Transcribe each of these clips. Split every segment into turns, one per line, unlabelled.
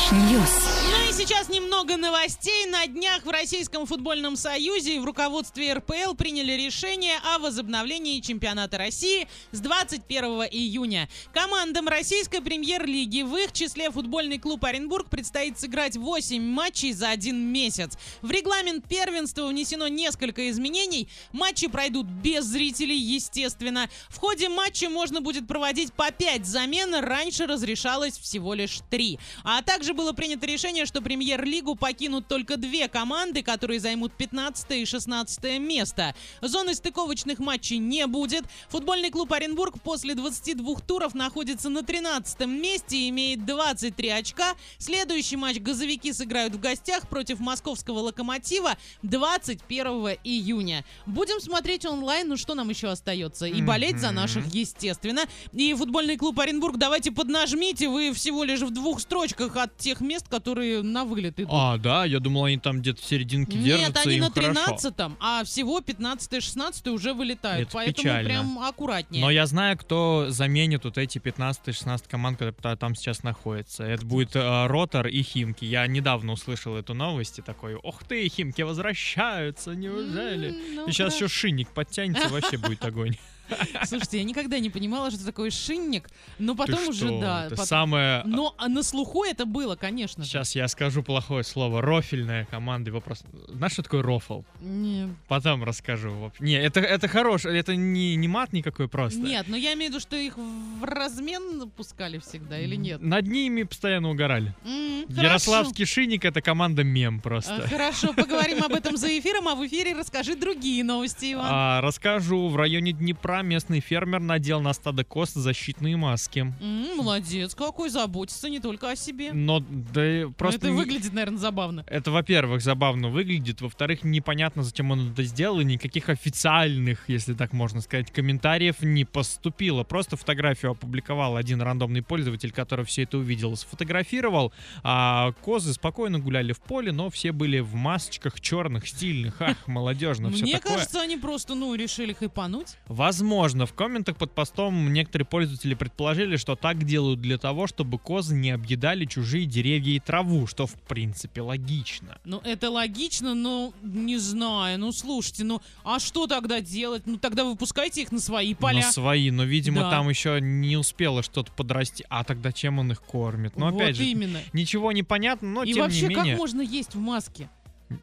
Ньюс.
Ну и сейчас немного новостей. На днях в Российском футбольном союзе и в руководстве РПЛ приняли решение о возобновлении чемпионата России с 21 июня. Командам российской премьер-лиги в их числе футбольный клуб Оренбург предстоит сыграть 8 матчей за один месяц. В регламент первенства внесено несколько изменений. Матчи пройдут без зрителей, естественно. В ходе матча можно будет проводить по 5 замен. Раньше разрешалось всего лишь 3. А также было принято решение, что премьер-лигу покинут только две команды, которые займут 15 и 16 место. Зоны стыковочных матчей не будет. Футбольный клуб Оренбург после 22 туров находится на 13 месте и имеет 23 очка. Следующий матч «Газовики» сыграют в гостях против московского «Локомотива» 21 июня. Будем смотреть онлайн, ну что нам еще остается? И болеть за наших, естественно. И футбольный клуб Оренбург, давайте поднажмите, вы всего лишь в двух строчках от тех мест, которые на вылет идут.
А, да, я думал, они там где-то в серединке
Нет,
держатся,
они
им
на
хорошо.
13-м, а всего 15-16 уже вылетают.
Это
поэтому
печально.
прям аккуратнее.
Но я знаю, кто заменит вот эти 15-16 команд, которые там сейчас находятся. Это будет э, Ротор и Химки. Я недавно услышал эту новость и такой, ох ты, Химки возвращаются, неужели?
М, ну
И сейчас
хорошо.
еще шинник подтянется, вообще будет огонь.
Слушайте, я никогда не понимала, что такое шинник, но потом
Ты
уже
что?
да.
Это
потом-
самое...
Но а, на слуху это было, конечно. же.
Сейчас я скажу плохое слово. Рофельная команда. и Вопрос. Знаешь, что такое рофл?
Не-
Потом расскажу. вообще. Не, это, это хорош, это не, не мат никакой просто.
Нет, но я имею в виду, что их в размен пускали всегда А или нет.
Над ними постоянно угорали.
М, хорошо.
Ярославский шинник это команда мем
А,
просто.
Хорошо, поговорим об этом за эфиром, а в эфире расскажи другие новости, Иван.
А, расскажу, в районе Днепра местный фермер надел на стадо коз защитные маски.
М, молодец, какой заботится не только о себе.
Но да
Но
просто...
Э? Ну, это
не-
выглядит, наверное, забавно.
Это, во-первых, забавно выглядит, во-вторых, непонятно, зачем он это сделал, и никаких официальных, если так можно сказать, комментариев не поступило. Просто фотографию опубликовал один рандомный пользователь, который все это увидел, сфотографировал, а козы спокойно гуляли в поле, но все были в масочках черных, стильных, ах, молодежно, все
Мне
Ну, такое.
кажется, они просто, ну, решили хайпануть.
Возможно, в комментах под постом некоторые пользователи предположили, что так делают для того, чтобы козы не объедали чужие деревья и траву, что в принципе логично.
Ну, это логично, но не знаю. Ну, слушайте, ну, а что тогда делать? Ну, тогда выпускайте их на
Ну,
свои поля.
Но свои, но, видимо,
Да.
там еще не успело что-то подрасти. А тогда чем он их кормит? Ну,
вот
опять же,
именно.
ничего не понятно, но
И
тем
вообще,
не
как
менее.
можно есть в маске?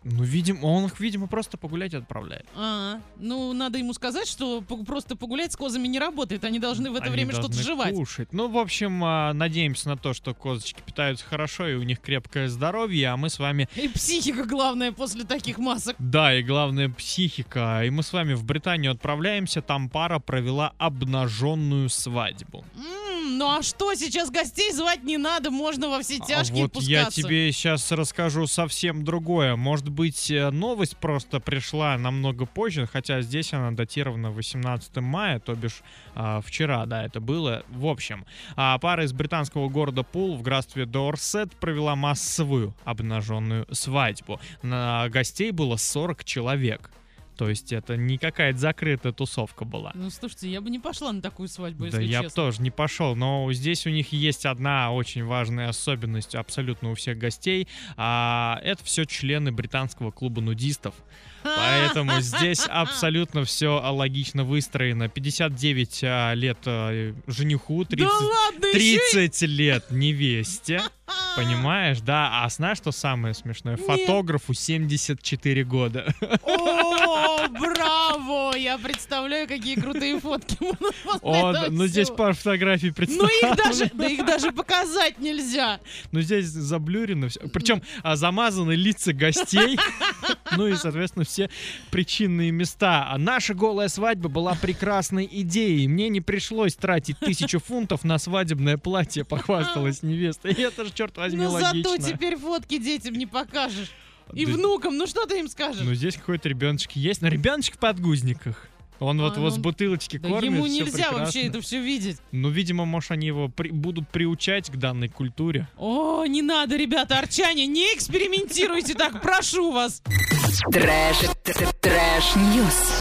Ну, видимо, он их, видимо, просто погулять отправляет.
А, ну, надо ему сказать, что по- просто погулять с козами не работает. Они должны в это
Они
время что-то
должны
жевать.
Кушать. Ну, в общем, а, надеемся на то, что козочки питаются хорошо и у них крепкое здоровье, а мы с вами
И психика, главное, после таких масок.
Да, и главное психика. И мы с вами в Британию отправляемся. Там пара провела обнаженную свадьбу.
М, ну а что, сейчас гостей звать не надо, можно во все
А
тяжкие
вот я
пускаться.
тебе сейчас расскажу совсем другое. Может быть, э, новость просто пришла намного позже, хотя здесь она датирована 18 мая, то бишь а, вчера, да, это было. В общем, а, пара из британского города Пул в графстве Дорсет провела массовую обнаженную свадьбу. На гостей было 40 человек. То есть это не какая-то закрытая тусовка была.
Ну, слушайте, я бы не пошла на такую свадьбу,
Да
если
я бы
честно.
тоже не пошел, но здесь у них есть одна очень важная особенность абсолютно у всех гостей. А, это все члены британского клуба нудистов.
А!
Поэтому здесь абсолютно все логично выстроено. 59 а, лет а, жениху, 30,
Да ладно, еще
30 лет невесте. Понимаешь, да? А знаешь, что самое смешное?
Нет.
Фотографу 74 года.
О, браво! Я представляю, какие крутые фотки будут после
Он,
этого
ну, здесь
всего.
пара фотографий
Ну
представлена.
их даже, да их даже показать нельзя.
Ну, здесь заблюрено все. Причем а, замазаны лица гостей. Ну и, соответственно, все причинные места. А наша голая свадьба была прекрасной идеей. Мне не пришлось тратить тысячу фунтов на свадебное платье, похвасталась невеста. И это же, черт возьми,
Но Ну, зато
логично.
теперь фотки детям не покажешь. И
Да-
внукам, ну что ты им скажешь?
Ну, здесь какой-то ребеночек есть. Но ребеночек в подгузниках. Он вот
А,
его
ну,
с бутылочки
Да
кормит.
ему
всё
нельзя вообще
прекрасно.
это все видеть.
Ну, видимо, может, они его при- будут приучать к данной культуре.
О, не надо, ребята, арчане, не экспериментируйте так, прошу вас.
Трэш, трэш, трэш, Ньюс.